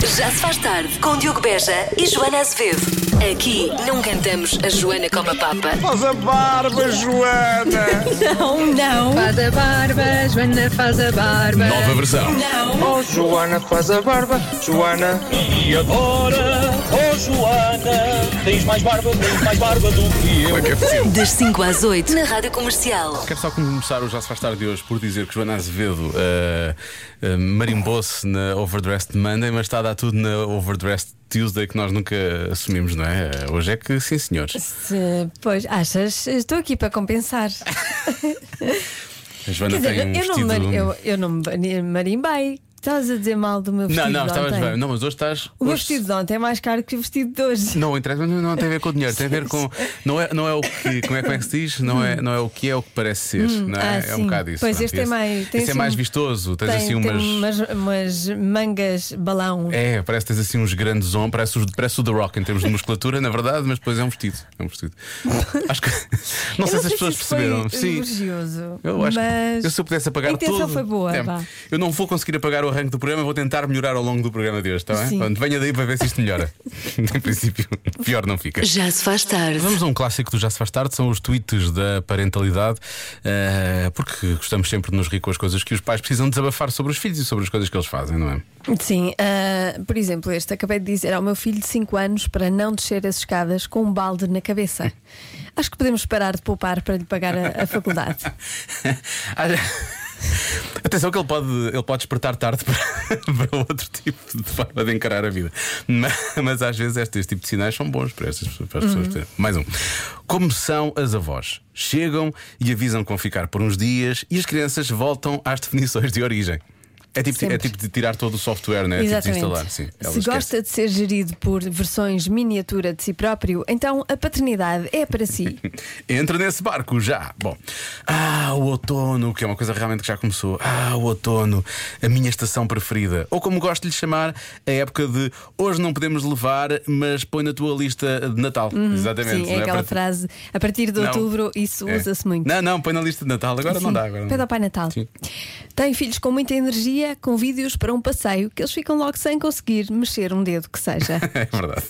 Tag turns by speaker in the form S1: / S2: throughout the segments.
S1: Já se faz tarde com Diogo Beja e Joana Azevedo. Aqui não cantamos a Joana como a Papa.
S2: Faz a barba, Joana!
S3: Não, não,
S4: Faz a barba, Joana faz a barba.
S5: Nova versão.
S3: não.
S2: Oh, Joana, faz a barba, Joana!
S6: E agora, oh Joana, tens mais barba, muito mais barba do que eu.
S1: Das 5 às 8 na Rádio Comercial.
S5: Quero só começar o Já se faz tarde de hoje por dizer que Joana Azevedo eh, eh, marimbou-se na Overdressed Monday, mas está a dar tudo na Overdressed Tuesday que nós nunca assumimos, não é? Eh, Hoje é que sim, senhores.
S3: Se, pois, achas? Estou aqui para compensar.
S5: A Joana
S3: Quer dizer,
S5: tem um
S3: eu, não
S5: vestido.
S3: me, eu, eu não me mari- marimbei. Estás a dizer mal do meu vestido
S5: não, não,
S3: de
S5: estavas
S3: ontem.
S5: bem. Não, mas hoje estás.
S3: O meu
S5: hoje-
S3: vestido de ontem é mais caro que o vestido de hoje.
S5: Não interessa, não, não tem a ver com o dinheiro, tem a ver com. Não é, não é o que. Como é, como é que se diz? Não é, não é o que é, é o que parece ser. não é?
S3: ah,
S5: é um
S3: sim.
S5: bocado isso.
S3: Pois,
S5: pronto,
S3: este é
S5: esse-
S3: mais- tem
S5: esse é
S3: assim
S5: mais
S3: um-
S5: vistoso, tens assim
S3: tem
S5: umas.
S3: umas, umas mangas balão.
S5: É, parece que tens assim uns grandes ombros, parece, os- parece o The Rock em termos de musculatura, na verdade, mas depois é um vestido. É um vestido. Acho que. Não
S3: Eu
S5: sei se as pessoas
S3: isso
S5: perceberam.
S3: Foi
S5: Sim.
S3: elogioso,
S5: Eu acho
S3: mas
S5: que eu, se eu pudesse apagar
S3: a intenção
S5: tudo.
S3: foi boa.
S5: É,
S3: vá.
S5: eu não vou conseguir apagar o arranque do programa, vou tentar melhorar ao longo do programa de hoje, está bem?
S3: Sim.
S5: Pronto, venha daí para ver se isto melhora. em princípio, pior não fica.
S1: Já se faz tarde.
S5: Vamos a um clássico do Já Se Faz Tarde, são os tweets da parentalidade, eh, porque gostamos sempre de nos rir com as coisas que os pais precisam desabafar sobre os filhos e sobre as coisas que eles fazem, não é?
S3: Sim, ah, por exemplo, este acabei de dizer ao meu filho de 5 anos para não descer as escadas com um balde na cabeça. Acho que podemos parar de poupar para lhe pagar a, a faculdade.
S5: Atenção que ele pode, ele pode despertar tarde para, para outro tipo de forma de encarar a vida. Mas, mas às vezes este, este tipo de sinais são bons para, estas, para as pessoas.
S3: Uhum.
S5: perceberem. Mais um. Como são as avós? Chegam e avisam que vão ficar por uns dias e as crianças voltam às definições de origem. É tipo,
S3: Sempre.
S5: é tipo de tirar todo o software, né? é tipo de instalar.
S3: Exatamente.
S5: Sim, ela
S3: Se
S5: esquece.
S3: gosta de ser gerido por versões miniatura de si próprio, então a paternidade é para si.
S5: Entra nesse barco já. Bom, ah, o outono, que é uma coisa realmente que já começou. Ah, o outono, a minha estação preferida. Ou como gosto de lhe chamar, a época de hoje não podemos levar, mas põe na tua lista de Natal. Exatamente.
S3: Sim, é
S5: não
S3: aquela
S5: para-
S3: frase. A partir de
S5: Não.
S3: outubro, isso
S5: É.
S3: usa-se muito.
S5: Não, não, põe na lista de Natal. Agora não
S3: Sim,
S5: dá. Agora não
S3: Pede
S5: dá.
S3: ao Pai Natal.
S5: Sim.
S3: Tem filhos com muita energia, com vídeos para um passeio, que eles ficam logo sem conseguir mexer um dedo que seja.
S5: É verdade.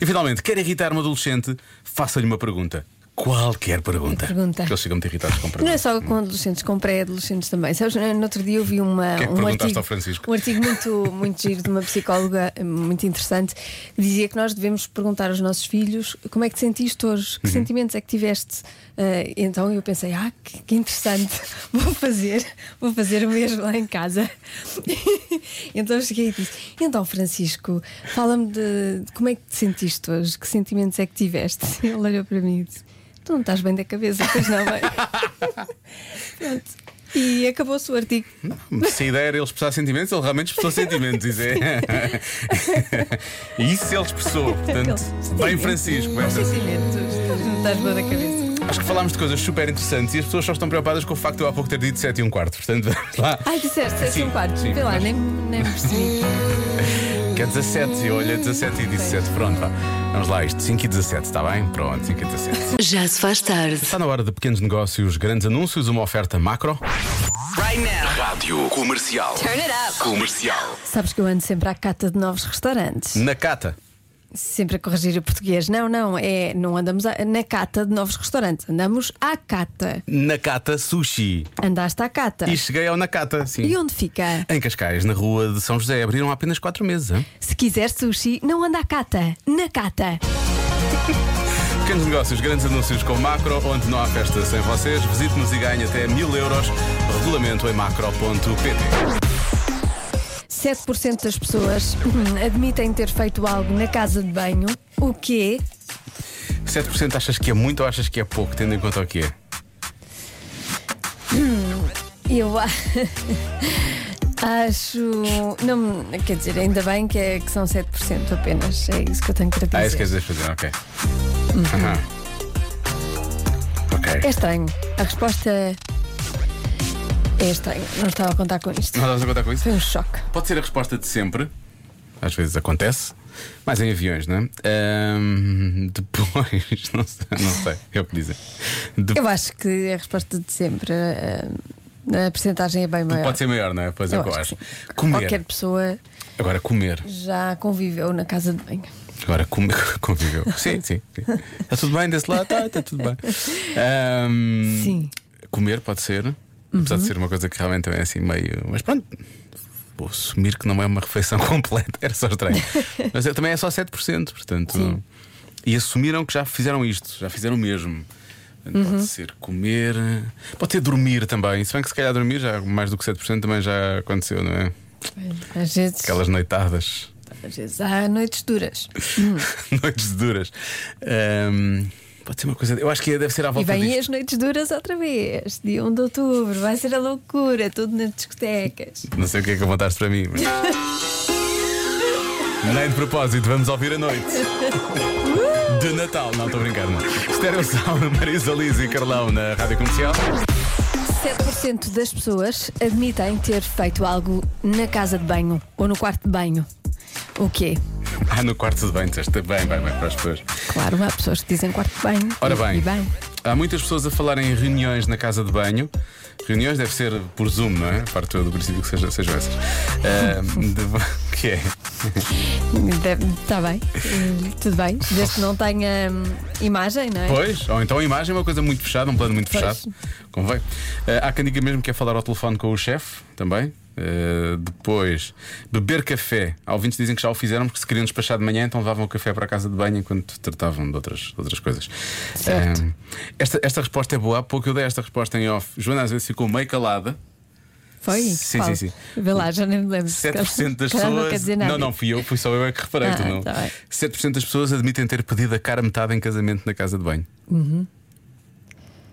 S5: E finalmente, quer irritar um adolescente? Faça-lhe uma pergunta. Qualquer pergunta.
S3: Pergunta.
S5: Eles ficam muito irritados com
S3: Não é
S5: perguntas.
S3: só com adolescentes, com pré-adolescentes também. Sabes, no outro dia eu vi uma,
S5: que é que
S3: um,
S5: perguntaste
S3: artigo,
S5: ao Francisco?
S3: um artigo muito, muito giro de uma psicóloga eh, muito interessante que dizia que nós devemos perguntar aos nossos filhos como é que te sentiste hoje,
S5: Uhum.
S3: que sentimentos é que tiveste. Eh, então eu pensei, ah, que, que interessante, vou fazer, vou fazer o mesmo lá em casa. então cheguei e disse, então Francisco, fala-me de, de como é que te sentiste hoje, que sentimentos é que tiveste. Ele olhou para mim e disse. Tu não estás bem da cabeça, pois não, bem. Pronto. E acabou-se o artigo.
S5: Se a ideia era ele expressar sentimentos, ele realmente expressou sentimentos. Isso é. E Isso ele expressou. Portanto, bem Francisco, bem
S3: Os
S5: Francisco.
S3: sentimentos, estás- não estás boa da cabeça.
S5: Acho que falámos de coisas super interessantes e as pessoas só estão preocupadas com o facto de eu há pouco ter dito 7 e um quarto. Portanto, vamos lá.
S3: Ai, disseste,
S5: Sim,
S3: disseste um quarto.
S5: sim,
S3: Vê lá,
S5: mas-
S3: nem, nem me percebi.
S5: Que é 17, eu olhei 17 e disse 7. Pronto, vá. Vamos lá, a isto 5 e 17, está bem? Pronto, 5 e 17.
S1: Já se faz tarde.
S5: Está na hora de pequenos negócios, grandes anúncios, uma oferta macro.
S7: Rádio Comercial.
S1: Turn it up.
S7: Comercial.
S3: Sabes que eu ando sempre à cata de novos restaurantes.
S5: Na cata.
S3: Sempre a corrigir o português. Não, não, é. Não andamos à- na cata de novos restaurantes. Andamos à cata.
S5: Na cata sushi.
S3: Andaste à cata.
S5: E cheguei ao Nakata, sim.
S3: E onde fica?
S5: Em Cascais, na rua de São José, abriram há apenas 4 meses. Hein?
S3: Se quiser sushi, não anda à cata. Na cata.
S5: Pequenos negócios, grandes anúncios com Macro, onde não há festa sem vocês. Visite-nos e ganhe até mil euros. Regulamento em macro.pt.
S3: 7% das pessoas hum, admitem ter feito algo na casa de banho, o que
S5: 7% achas que é muito ou achas que é pouco, tendo em conta o que é?
S3: eu a- acho. Não, me- quer dizer, ainda bem que, é, que são 7% apenas. É isso que eu tenho para dizer.
S5: Ah, isso queres fazer, ok. Aham.
S3: É
S5: Ok.
S3: estranho. A resposta é estranho. Não estava a contar com isto.
S5: Não estás a contar com isso?
S3: Foi um choque.
S5: Pode ser a resposta de sempre. Às vezes acontece. Mas em aviões, não é? Ahm, depois, não sei, não sei, é o que dizem. De-
S3: Eu acho que a resposta de sempre. eh, a percentagem é bem maior.
S5: Pode ser maior, não é? Pois é
S3: Eu
S5: o que eu
S3: acho
S5: acho.
S3: que sim.
S5: Comer.
S3: Qualquer pessoa
S5: Agora comer.
S3: já conviveu na casa de banho.
S5: Agora comer conviveu. Sim, sim. sim. Está tudo bem desse lado? Está, está tudo bem. Ahm,
S3: Sim.
S5: Comer pode ser. Apesar de ser uma coisa que realmente é assim meio. Mas pronto. Vou assumir que não é uma refeição completa. Era só estranho. Mas é- também é só 7%, portanto. E assumiram que já fizeram isto, já fizeram o mesmo. Portanto, Pode ser comer, pode ser dormir também. Se bem que se calhar dormir já é mais do que 7% também já aconteceu, não é?
S3: Às vezes,
S5: Aquelas noitadas.
S3: às vezes há noites duras.
S5: noites duras. Ahm, pode ser uma coisa. Eu acho que deve ser à
S3: E
S5: volta
S3: vêm
S5: disto.
S3: as noites duras outra vez. Dia 1 de outubro, vai ser a loucura, tudo nas discotecas.
S5: Não sei o que é que apontaste para mim. Mas... Nem de propósito, vamos ouvir a noite. De Natal, não estou a brincar, não. Estéreo Sound, Marisa Liz e Carlão na rádio comercial.
S3: 7% das pessoas admitem ter feito algo na casa de banho ou no quarto de banho. O quê?
S5: Ah, no quarto de banho, disseste bem, bem, bem, para as pessoas.
S3: Claro, há pessoas que dizem quarto de banho.
S5: Ora
S3: E
S5: bem,
S3: bem.
S5: há muitas pessoas a falarem em reuniões na casa de banho. Reuniões deve ser por Zoom, não é? Parte do princípio que seja, sejam essas. Ahm, de- que é?
S3: Está bem, Hum, tudo bem. Desde que não tenha hum, imagem, não é?
S5: Pois, ou então a imagem é uma coisa muito fechada, um plano muito
S3: Pois.
S5: fechado. Convém. Eh, há quem diga mesmo que é falar ao telefone com o chefe também. Eh, depois, beber café. Há ouvintes que dizem que já o fizeram porque se queriam despachar de manhã, então levavam o café para a casa de banho enquanto tratavam de outras, de outras coisas.
S3: Certo.
S5: Eh, esta, esta resposta é boa. Há pouco eu dei esta resposta em off. Joana às vezes ficou meio calada.
S3: Foi?
S5: Sim,
S3: Paulo?
S5: sim,
S3: Vê lá, já nem me lembro.
S5: 7% das
S3: Calhar
S5: pessoas.
S3: Não, quer dizer nada.
S5: não, não, fui eu, fui só eu é que reparei.
S3: Ah,
S5: tu não.
S3: tá bem.
S5: 7% das pessoas admitem ter pedido a cara metade em casamento na casa de banho.
S3: Uhum.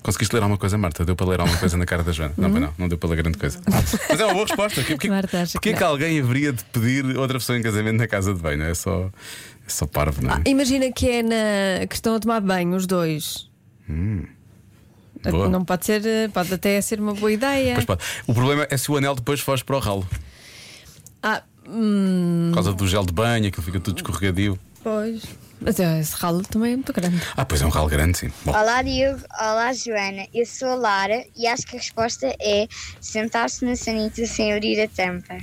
S5: Conseguiste ler alguma coisa, Marta? Deu para ler alguma coisa na cara da Joana? Não, pois não, não deu para ler grande coisa. Mas é uma boa resposta. Porquê, porquê,
S3: Uhum. Marta, acho que
S5: porquê que,
S3: não.
S5: alguém haveria de pedir outra pessoa em casamento na casa de banho? Não É É só, é só parvo, não é?
S3: Imagina que é na que estão a tomar banho os dois.
S5: Hum. Boa.
S3: Não pode ser, eh, pode até ser uma boa ideia.
S5: Pois pode. O problema é se o anel depois foge para o ralo.
S3: Ah, hum,
S5: Por causa do gel de banho, aquilo fica tudo escorregadio.
S3: pois. Mas eh, esse ralo também é muito grande.
S5: Ah, pois é um ralo grande, sim. Bom,
S8: Olá Diogo, olá Joana, eu sou a Lara e acho que a resposta é sentar-se na sanita sem abrir a tampa.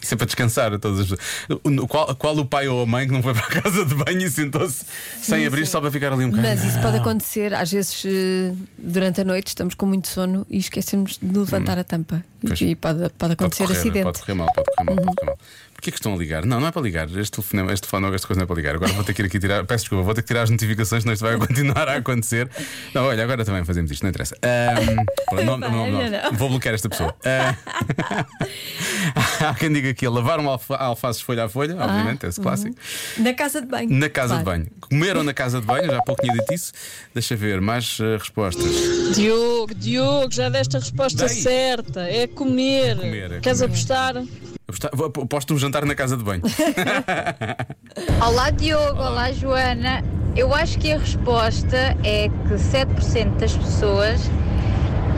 S5: Isso é para descansar a todas as O- qual, qual o pai ou a mãe que não foi para a casa de banho e sentou-se sem abrir só para ficar ali um bocadinho?
S3: é. Mas isso pode acontecer, às vezes eh, durante a noite estamos com muito sono e esquecemos de levantar a tampa.
S5: Hum. Pois.
S3: E pode, pode
S5: Pode
S3: acontecer
S5: correr,
S3: acidente. Uhum.
S5: pode correr mal, pode correr mal, pode correr mal. Porquê que estão a ligar? Não, não é para ligar. Este telefone, este telefone ou esta coisa não é para ligar. Agora vou ter que ir aqui tirar. Peço desculpa, vou ter que tirar as notificações, senão isto vai continuar a acontecer. Não, olha, agora também fazemos isto, não interessa. Ahm, pronto, não, não, não,
S3: Olha, não.
S5: Vou bloquear esta pessoa. Ah, Há quem diga aqui: lavar um alfa, alfaces folha a folha, obviamente,
S3: Uhum.
S5: esse clássico.
S3: Na casa de banho.
S5: Na casa de
S3: Claro.
S5: banho. Comeram na casa de banho, já há pouco tinha dito isso. Deixa ver, mais eh, respostas.
S4: Diogo, Diogo, já deste a resposta
S5: Dei.
S4: certa. É comer.
S5: Comer, é
S4: Queres
S5: comer.
S4: apostar?
S5: Aposta- vou- Aposto um jantar na casa de banho.
S9: Olá Diogo, olá. Joana. Eu acho que a resposta é que 7% das pessoas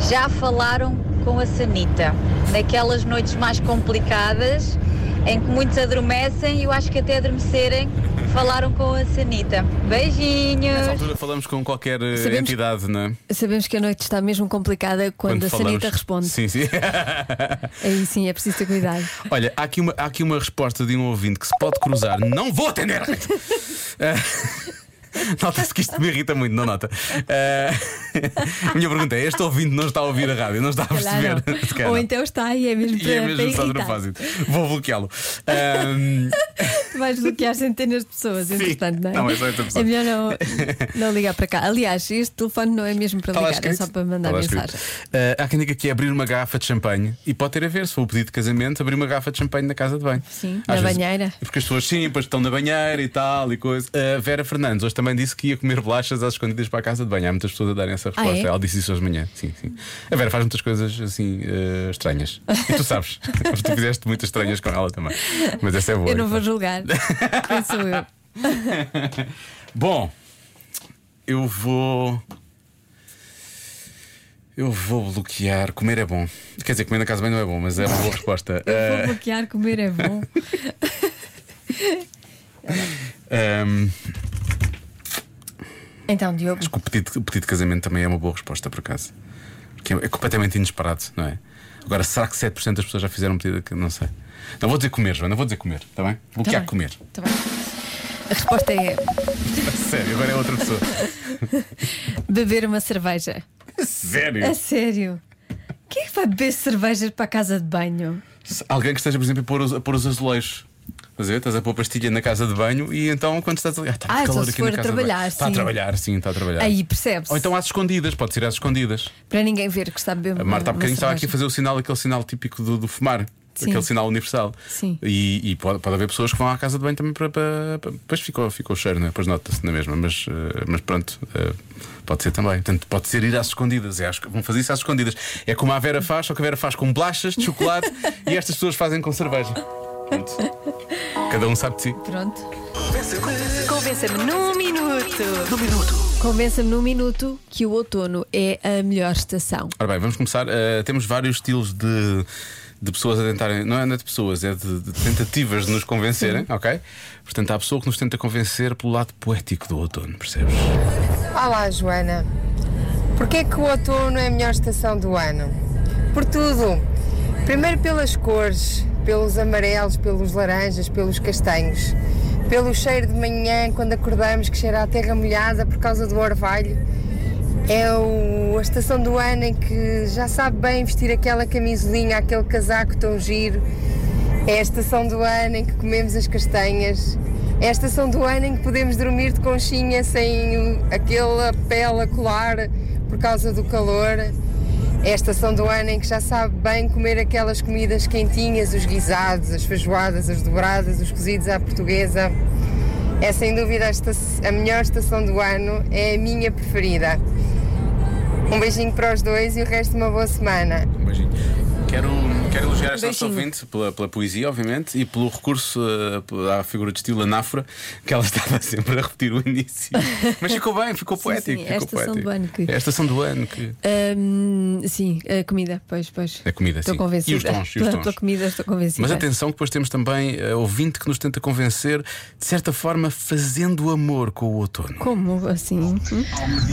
S9: já falaram com a Sanita. Naquelas noites mais complicadas em que muitos adormecem e eu acho que até adormecerem falaram com a Sanita. Beijinhos!
S5: Nessa altura falamos com qualquer eh,
S3: Sabemos-
S5: entidade, não é?
S3: Sabemos que a noite está mesmo complicada quando, a
S5: falamos.
S3: sanita responde.
S5: Sim, sim.
S3: Aí sim é preciso ter cuidado.
S5: Olha, há aqui, uma, há aqui uma resposta de um ouvinte que se pode cruzar. Não vou atender! Eh, Nota-se que isto me irrita muito, não nota? Eh, a minha pergunta é: este ouvinte não está a ouvir a rádio, não está a perceber?
S3: Claro.
S5: Se calhar
S3: Ou
S5: não.
S3: então está e é mesmo
S5: E
S3: para,
S5: é
S3: para
S5: mesmo só de
S3: irritar.
S5: propósito. Vou bloqueá-lo. Eh, Ahm,
S3: Tu vais bloquear centenas de pessoas, entretanto, não é?
S5: Não, é só esta pessoa.
S3: É melhor não, não ligar para cá. Aliás, este telefone não é mesmo para
S5: Está Tá lá
S3: ligar, é
S5: escrito.
S3: só para mandar
S5: Está lá
S3: mensagem.
S5: escrito. Ah, há quem diga que é abrir uma garrafa de champanhe e pode ter a ver, se for o pedido de casamento, abrir uma garrafa de champanhe na casa de banho.
S3: Sim, na banheira.
S5: Porque as pessoas sim, depois estão na banheira e tal e coisa. A Vera Fernandes hoje também disse que ia comer bolachas às escondidas para a casa de banho. Há muitas pessoas a darem essa
S3: Ah,
S5: resposta.
S3: é?
S5: Ela disse isso hoje de manhã. Sim, sim. A Vera faz muitas coisas assim eh, estranhas. E tu sabes, Mas tu fizeste muitas estranhas com ela também. Mas essa é boa.
S3: Eu não vou julgar, penso eu.
S5: Bom, eu vou. Eu vou bloquear. Comer é bom. Quer dizer, comer na casa bem não é bom, mas é uma boa resposta.
S3: Eu
S5: Eh,
S3: vou bloquear, comer é bom.
S5: ehm,
S3: Então, Diogo, Então,
S5: acho que o pedido, o pedido de casamento também é uma boa resposta, por acaso. que é, é completamente inesperado, não é? Agora, será que 7% das pessoas já fizeram medida que não sei? Não vou dizer comer, Joana, vou dizer comer, está bem? O que há
S3: bem.
S5: que comer?
S3: Tá bem. A resposta é
S5: Sério, agora é outra pessoa.
S3: beber uma cerveja.
S5: Sério?
S3: A sério. Quem é que vai beber cervejas para a casa de banho?
S5: Se Alguém que esteja, por exemplo, a pôr os, a pôr os azulejos. Estás a ver? Estás a pôr pastilha na casa de banho e então quando estás ali. Ah, está
S3: Ah,
S5: muito
S3: então
S5: calor
S3: se
S5: aqui na
S3: for
S5: casa de
S3: trabalhar,
S5: banho. Está a
S3: sim.
S5: trabalhar, sim, está a trabalhar.
S3: Aí percebe-se.
S5: Ou então às escondidas, pode ser às escondidas.
S3: Para ninguém ver que está a beber uma
S5: A Marta há
S3: uma
S5: bocadinho estava aqui a
S3: cerveja.
S5: fazer o sinal, aquele sinal típico do, do fumar.
S3: Sim.
S5: Aquele sinal universal.
S3: Sim.
S5: E, e pode, pode haver pessoas que vão à casa de banho também para. para, para- depois ficou, ficou o cheiro, não é? Depois nota-se na mesma, mas, eh, mas pronto, eh, pode ser também. Portanto, pode ser ir às escondidas. É, às- vão fazer isso às escondidas. É como a Vera faz, só que a Vera faz com blachas de chocolate e estas pessoas fazem com cerveja. Pronto. Cada um sabe de si.
S3: Pronto. Convença-me num minuto.
S7: No minuto.
S3: Convença-me num minuto que o outono é a melhor estação.
S5: Ora bem, vamos começar. Eh, temos vários estilos de, de pessoas a tentarem. Não é, não é de pessoas, é de, de tentativas de nos convencerem, ok? Portanto, há a pessoa que nos tenta convencer pelo lado poético do outono, percebes?
S10: Olá, Joana. Porquê é que o outono é a melhor estação do ano? Por tudo. Primeiro pelas cores, pelos amarelos, pelos laranjas, pelos castanhos. Pelo cheiro de manhã, quando acordamos, que cheira a terra molhada por causa do orvalho. É o- a estação do ano em que já sabe bem vestir aquela camisolinha, aquele casaco tão giro. É a estação do ano em que comemos as castanhas. É a estação do ano em que podemos dormir de conchinha sem o- aquela pele a colar por causa do calor. É a estação do ano em que já sabe bem comer aquelas comidas quentinhas, os guisados, as feijoadas, as dobradas, os cozidos à portuguesa. É sem dúvida a, esta- a melhor estação do ano, é a minha preferida. Um beijinho para os dois e o resto de uma boa semana.
S5: Um beijinho. Quero, quero elogiar esta nossa
S3: Beijinho.
S5: ouvinte pela, pela poesia, obviamente, e pelo recurso eh, pela- à figura de estilo anáfora, que ela estava sempre a repetir o início. Mas ficou bem, ficou
S3: Sim,
S5: poético.
S3: sim, é a
S5: ficou
S3: estação
S5: poético.
S3: do ano que-
S5: É a estação do ano que.
S3: Hum, sim, a comida, pois, pois.
S5: A É comida,
S3: estou
S5: sim.
S3: convencida.
S5: E os tons, e os
S3: Pela-
S5: tons.
S3: Pela comida, estou convencida.
S5: Mas atenção, que depois temos também eh, ouvinte que nos tenta convencer, de certa forma, fazendo amor com o outono.
S3: Como assim?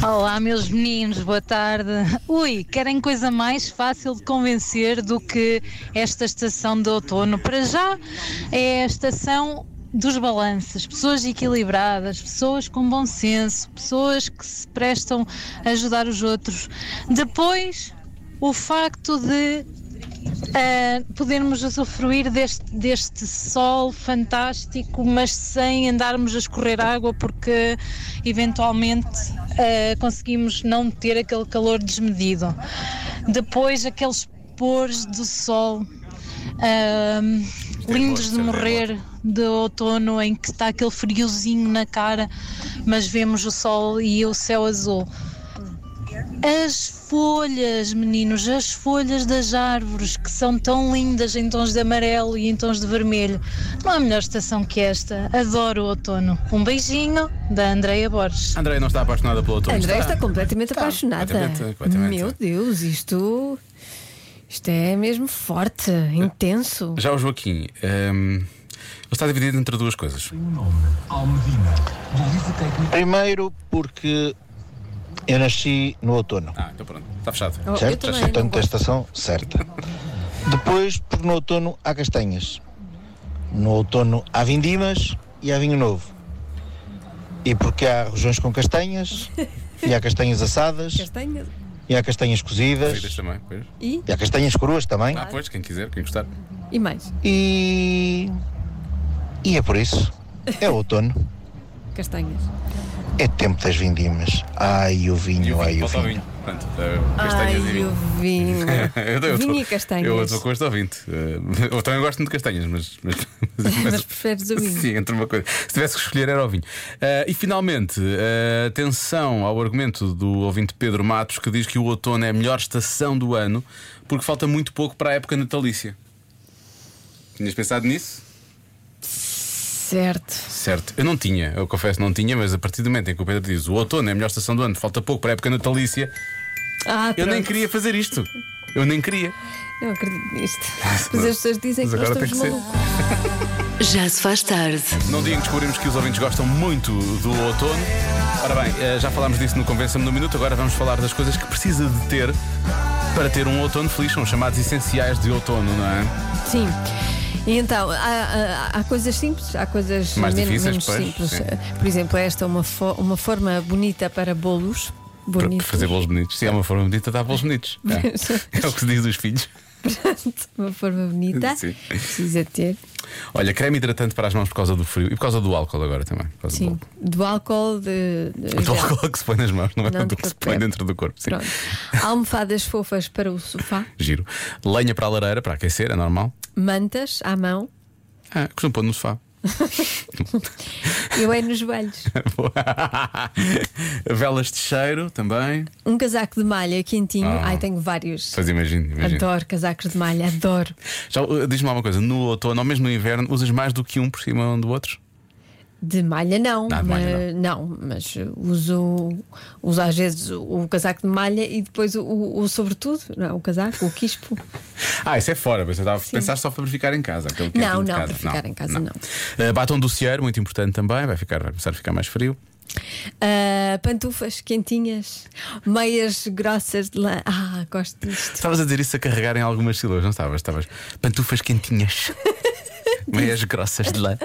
S9: Olá, meus meninos, boa tarde. Ui, querem coisa mais fácil de convencer do que esta estação de outono? Para já é a estação dos balanços, pessoas equilibradas, pessoas com bom senso, pessoas que se prestam a ajudar os outros. Depois, o facto de a Eh, podermos usufruir deste, deste sol fantástico, mas sem andarmos a escorrer água, porque eventualmente ah, conseguimos não ter aquele calor desmedido. Depois, aqueles pôres do sol. ah,
S5: é
S9: lindos
S5: bom,
S9: de
S5: isto é bem
S9: morrer de outono em que está aquele friozinho na cara, mas vemos o sol e o céu azul. As folhas, meninos, as folhas das árvores que são tão lindas em tons de amarelo e em tons de vermelho. Não há melhor estação que esta. Adoro o outono. Um beijinho da Andreia Borges.
S5: André não está apaixonada pelo outono.
S3: André está completamente apaixonada.
S5: completamente, completamente.
S3: Meu Deus, isto. Isto é mesmo forte, intenso.
S5: Já o Joaquim, hum, ele está dividido entre duas coisas.
S6: Primeiro porque eu nasci no outono.
S5: Ah, então pronto, está fechado.
S3: Oh, eu
S6: Certo?
S3: também não
S6: Portanto, a
S3: gosto.
S6: estação certa. Depois, porque no outono há castanhas. No outono há vindimas e há vinho novo. E porque há rojões com castanhas, e há castanhas assadas,
S3: Castanha.
S6: e há castanhas
S5: Vidas
S6: cozidas,
S5: também, pois.
S3: E,
S6: e há castanhas cruas também.
S5: Ah, pois, quem quiser, quem gostar.
S3: e mais.
S6: E. E é por isso. É outono.
S3: Castanhas.
S6: É tempo das vindimas. Ai, o
S5: E
S6: vinho, ai, o
S5: falta o
S6: vinho.
S5: vinho. Pronto, eh, castanhas e
S3: Ai,
S5: vinho.
S3: o vinho.
S5: Eu dou- eu
S3: vinho
S5: dou-
S3: e castanhas.
S5: Eu estou com este ouvinte. Eh, Eu também gosto muito de castanhas, mas. Mas,
S3: Mas preferes o vinho.
S5: Sim, entre uma coisa. Se tivesse que escolher, era o vinho. Eh, e finalmente, eh, atenção ao argumento do ouvinte Pedro Matos que diz que o outono é a melhor estação do ano porque falta muito pouco para a época natalícia. Tinhas pensado nisso?
S3: Certo.
S5: Certo, eu não tinha, eu confesso não tinha, mas a partir do momento em que o Pedro diz o outono é a melhor estação do ano, falta pouco para a época natalícia,
S3: Ah,
S5: eu nem
S3: pronto.
S5: queria fazer isto. Eu nem queria.
S3: Não acredito nisto. Mas as pessoas dizem
S5: Mas
S3: que nós
S5: agora tem
S3: estamos
S5: que ser.
S3: malucos.
S1: Já se faz tarde.
S5: Não digam que descobrimos que os ouvintes gostam muito do outono. Ora bem, eh, já falámos disso no Convença-me no Minuto, agora vamos falar das coisas que precisa de ter Para ter um outono feliz, são chamados essenciais de outono, não é?
S3: Sim. E então, há, há- há coisas simples, há coisas
S5: Mais
S3: men-
S5: difíceis,
S3: menos
S5: pois,
S3: simples.
S5: sim.
S3: Por exemplo, esta é uma, fo- uma forma bonita para bolos.
S5: Para
S3: Bonito.
S5: fazer bolos bonitos. Se é uma forma bonita, dá bolos bonitos. É, É o que se diz dos filhos.
S3: uma forma bonita.
S5: Sim.
S3: Precisa ter.
S5: Olha, creme hidratante para as mãos por causa do frio e por causa do álcool agora também. Por causa
S3: Sim. Do álcool de. de-
S5: Do, do
S3: gel.
S5: álcool que se põe nas mãos, não é
S3: Não,
S5: tanto o que se põe
S3: corpo.
S5: dentro do corpo. Sim.
S3: Pronto. Almofadas fofas para o sofá,
S5: Giro. Lenha para a lareira, para aquecer, é normal.
S3: mantas à mão.
S5: Ah, costumo pôr no sofá.
S3: Eu é nos joelhos.
S5: Boa. Velas de cheiro também.
S3: Um casaco de malha quentinho.
S5: Ah.
S3: Ai, tenho vários.
S5: Pois imagino, imagino.
S3: Adoro casacos de malha, adoro.
S5: Já, uh, Diz-me lá uma coisa: no outono ou mesmo no inverno, usas mais do que um por cima um do outro?
S3: De malha não,
S5: Ah,
S3: mas,
S5: de malha
S3: não. mas uso, uso às vezes o, o casaco de malha e depois o, o, o sobretudo, não, é? o casaco, o quispo.
S5: Ah, isso é fora, mas eu estava a pensar só para ficar em casa. aquele
S3: Não,
S5: quentinho de
S3: não, para
S5: casa.
S3: ficar em casa,
S5: Uh, batom do cieiro, muito importante também, vai, ficar, vai começar a ficar mais frio.
S3: Ah, pantufas quentinhas, meias grossas de lã. Ah, gosto disto.
S5: Estavas a dizer isso a carregar em algumas sílabas, não estavas? Estavas pantufas quentinhas, meias grossas de lã.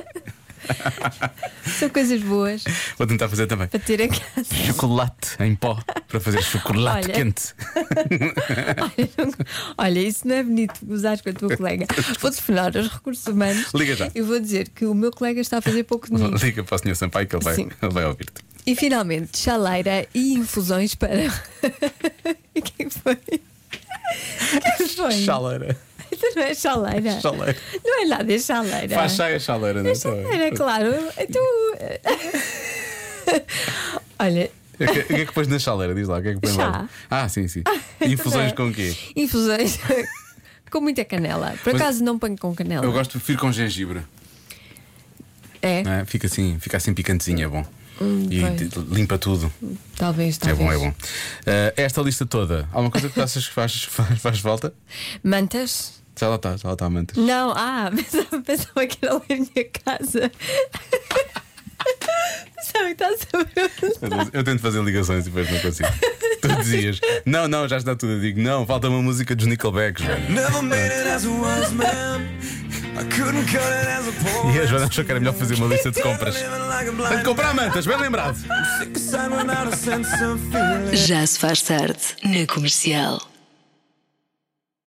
S3: São coisas boas
S5: Vou tentar fazer também.
S3: para ter em casa.
S5: Chocolate em pó para fazer chocolate
S3: Olha.
S5: quente.
S3: Olha, isso não é bonito usar com a tua colega. Vou telefonar aos recursos humanos.
S5: Liga já.
S3: Eu vou dizer que o meu colega está a fazer pouco de mim.
S5: Liga para o senhor Sampaio que ele vai,
S3: Hum. Sim.
S5: ele vai ouvir-te.
S3: E finalmente, chaleira e infusões para. Quem foi? Quem foi?
S5: Chaleira.
S3: Então não é chaleira.
S5: Chaleira.
S3: Não é nada, é chaleira.
S5: Faz cheia chaleira, não
S3: É
S5: é?
S3: chaleira, claro. Então. Olha,
S5: O que, o que é que pôs na chaleira? Diz lá, o que é que pões
S3: Chá.
S5: lá? Ah, sim, sim. Infusões com o quê?
S3: então é. infusões com muita canela. Por
S5: Mas-
S3: acaso não ponho com canela.
S5: Eu gosto, prefiro com gengibre.
S3: É,
S5: não é? Fica assim, fica assim picantezinho, é bom.
S3: Hum,
S5: e
S3: pois. Tá
S5: te- limpa tudo.
S3: talvez,
S5: É
S3: talvez.
S5: bom, é bom. Ah, esta lista toda, há uma coisa que achas que faz, faz, faz falta?
S3: Mantas?
S5: Já lá está, já lá está a mantas.
S3: Não, ah, pensava, pensava que era lá em minha casa. pensava que estás a perguntar.
S5: Eu tento- Eu tento fazer ligações e depois não consigo. tu dizias, não, não, já está tudo. Eu digo, não, falta uma música dos Nickelback, Joana.
S7: Never made it as a wise man. I couldn't cut it as a poor
S5: E a Joana achou que era melhor fazer uma lista de compras. Tem de comprar mantas, bem lembrado.
S1: Já se faz tarde na comercial.